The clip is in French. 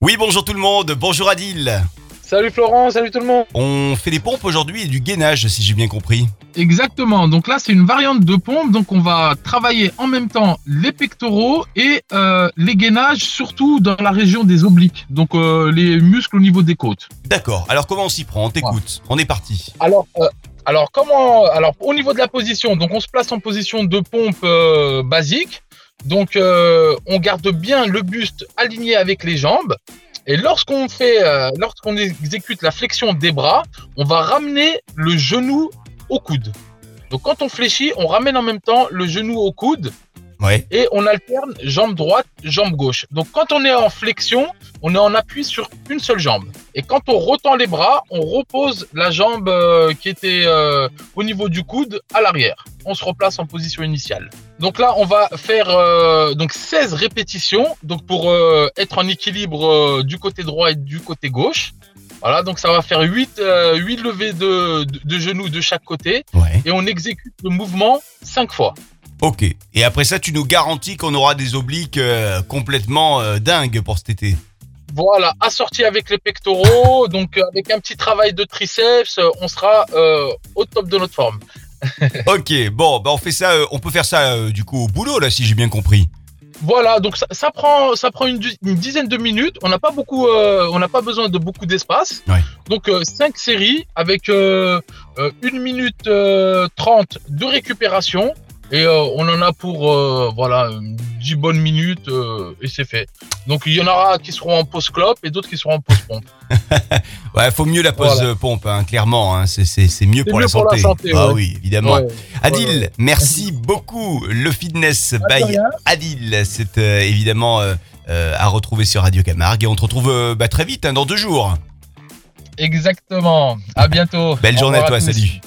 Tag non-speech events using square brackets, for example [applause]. Oui, bonjour tout le monde, bonjour Adil. Salut Florent, salut tout le monde. On fait des pompes aujourd'hui et du gainage, si j'ai bien compris. Exactement. Donc là, c'est une variante de pompe. Donc on va travailler en même temps les pectoraux et euh, les gainages, surtout dans la région des obliques. Donc euh, les muscles au niveau des côtes. D'accord, alors comment on s'y prend On t'écoute, on est parti. Alors, euh, alors comment Alors au niveau de la position, donc on se place en position de pompe euh, basique. Donc euh, on garde bien le buste aligné avec les jambes. Et lorsqu'on fait, euh, lorsqu'on exécute la flexion des bras, on va ramener le genou au coude. Donc quand on fléchit, on ramène en même temps le genou au coude Ouais. et on alterne jambe droite, jambe gauche. Donc quand on est en flexion, on est en appui sur une seule jambe. Et quand on retend les bras, on repose la jambe euh, qui était euh, au niveau du coude à l'arrière. On se replace en position initiale. Donc là, on va faire euh, donc 16 répétitions donc pour euh, être en équilibre euh, du côté droit et du côté gauche. Voilà, donc ça va faire 8, euh, 8 levées de, de- de genoux de chaque côté Ouais. et on exécute le mouvement 5 fois. Ok. Et après ça, tu nous garantis qu'on aura des obliques euh, complètement euh, dingues pour cet [laughs] été. Voilà, assorti avec les pectoraux, donc euh, avec un petit travail de triceps, euh, on sera euh, au top de notre forme. ok, bon, bah on fait ça, euh, on peut faire ça euh, du coup au boulot là, si j'ai bien compris. Voilà, donc ça, ça prend, ça prend une, du- une dizaine de minutes. On n'a pas beaucoup, euh, on n'a pas besoin de beaucoup d'espace. Ouais. Donc euh, cinq séries avec euh, euh, une minute euh, 30 de récupération et euh, on en a pour euh, voilà une 10 bonnes minutes euh, et c'est fait. Donc il y en aura qui seront en pause clope et d'autres qui seront en pause pompe. Ouais, faut mieux la pause Voilà. euh, pompe, hein, clairement. hein, c'est- c'est c'est mieux, pour, mieux la pour la santé. santé, Ah ouais. oui, évidemment. Ouais. Adil, ouais, merci beaucoup. Le Fitness by rien. Adil, c'est euh, évidemment euh, euh, à retrouver sur Radio Camargue. Et on te retrouve euh, bah, très vite, hein, dans deux jours. Exactement. À bientôt. Belle Au journée à revoir toi, tous. salut.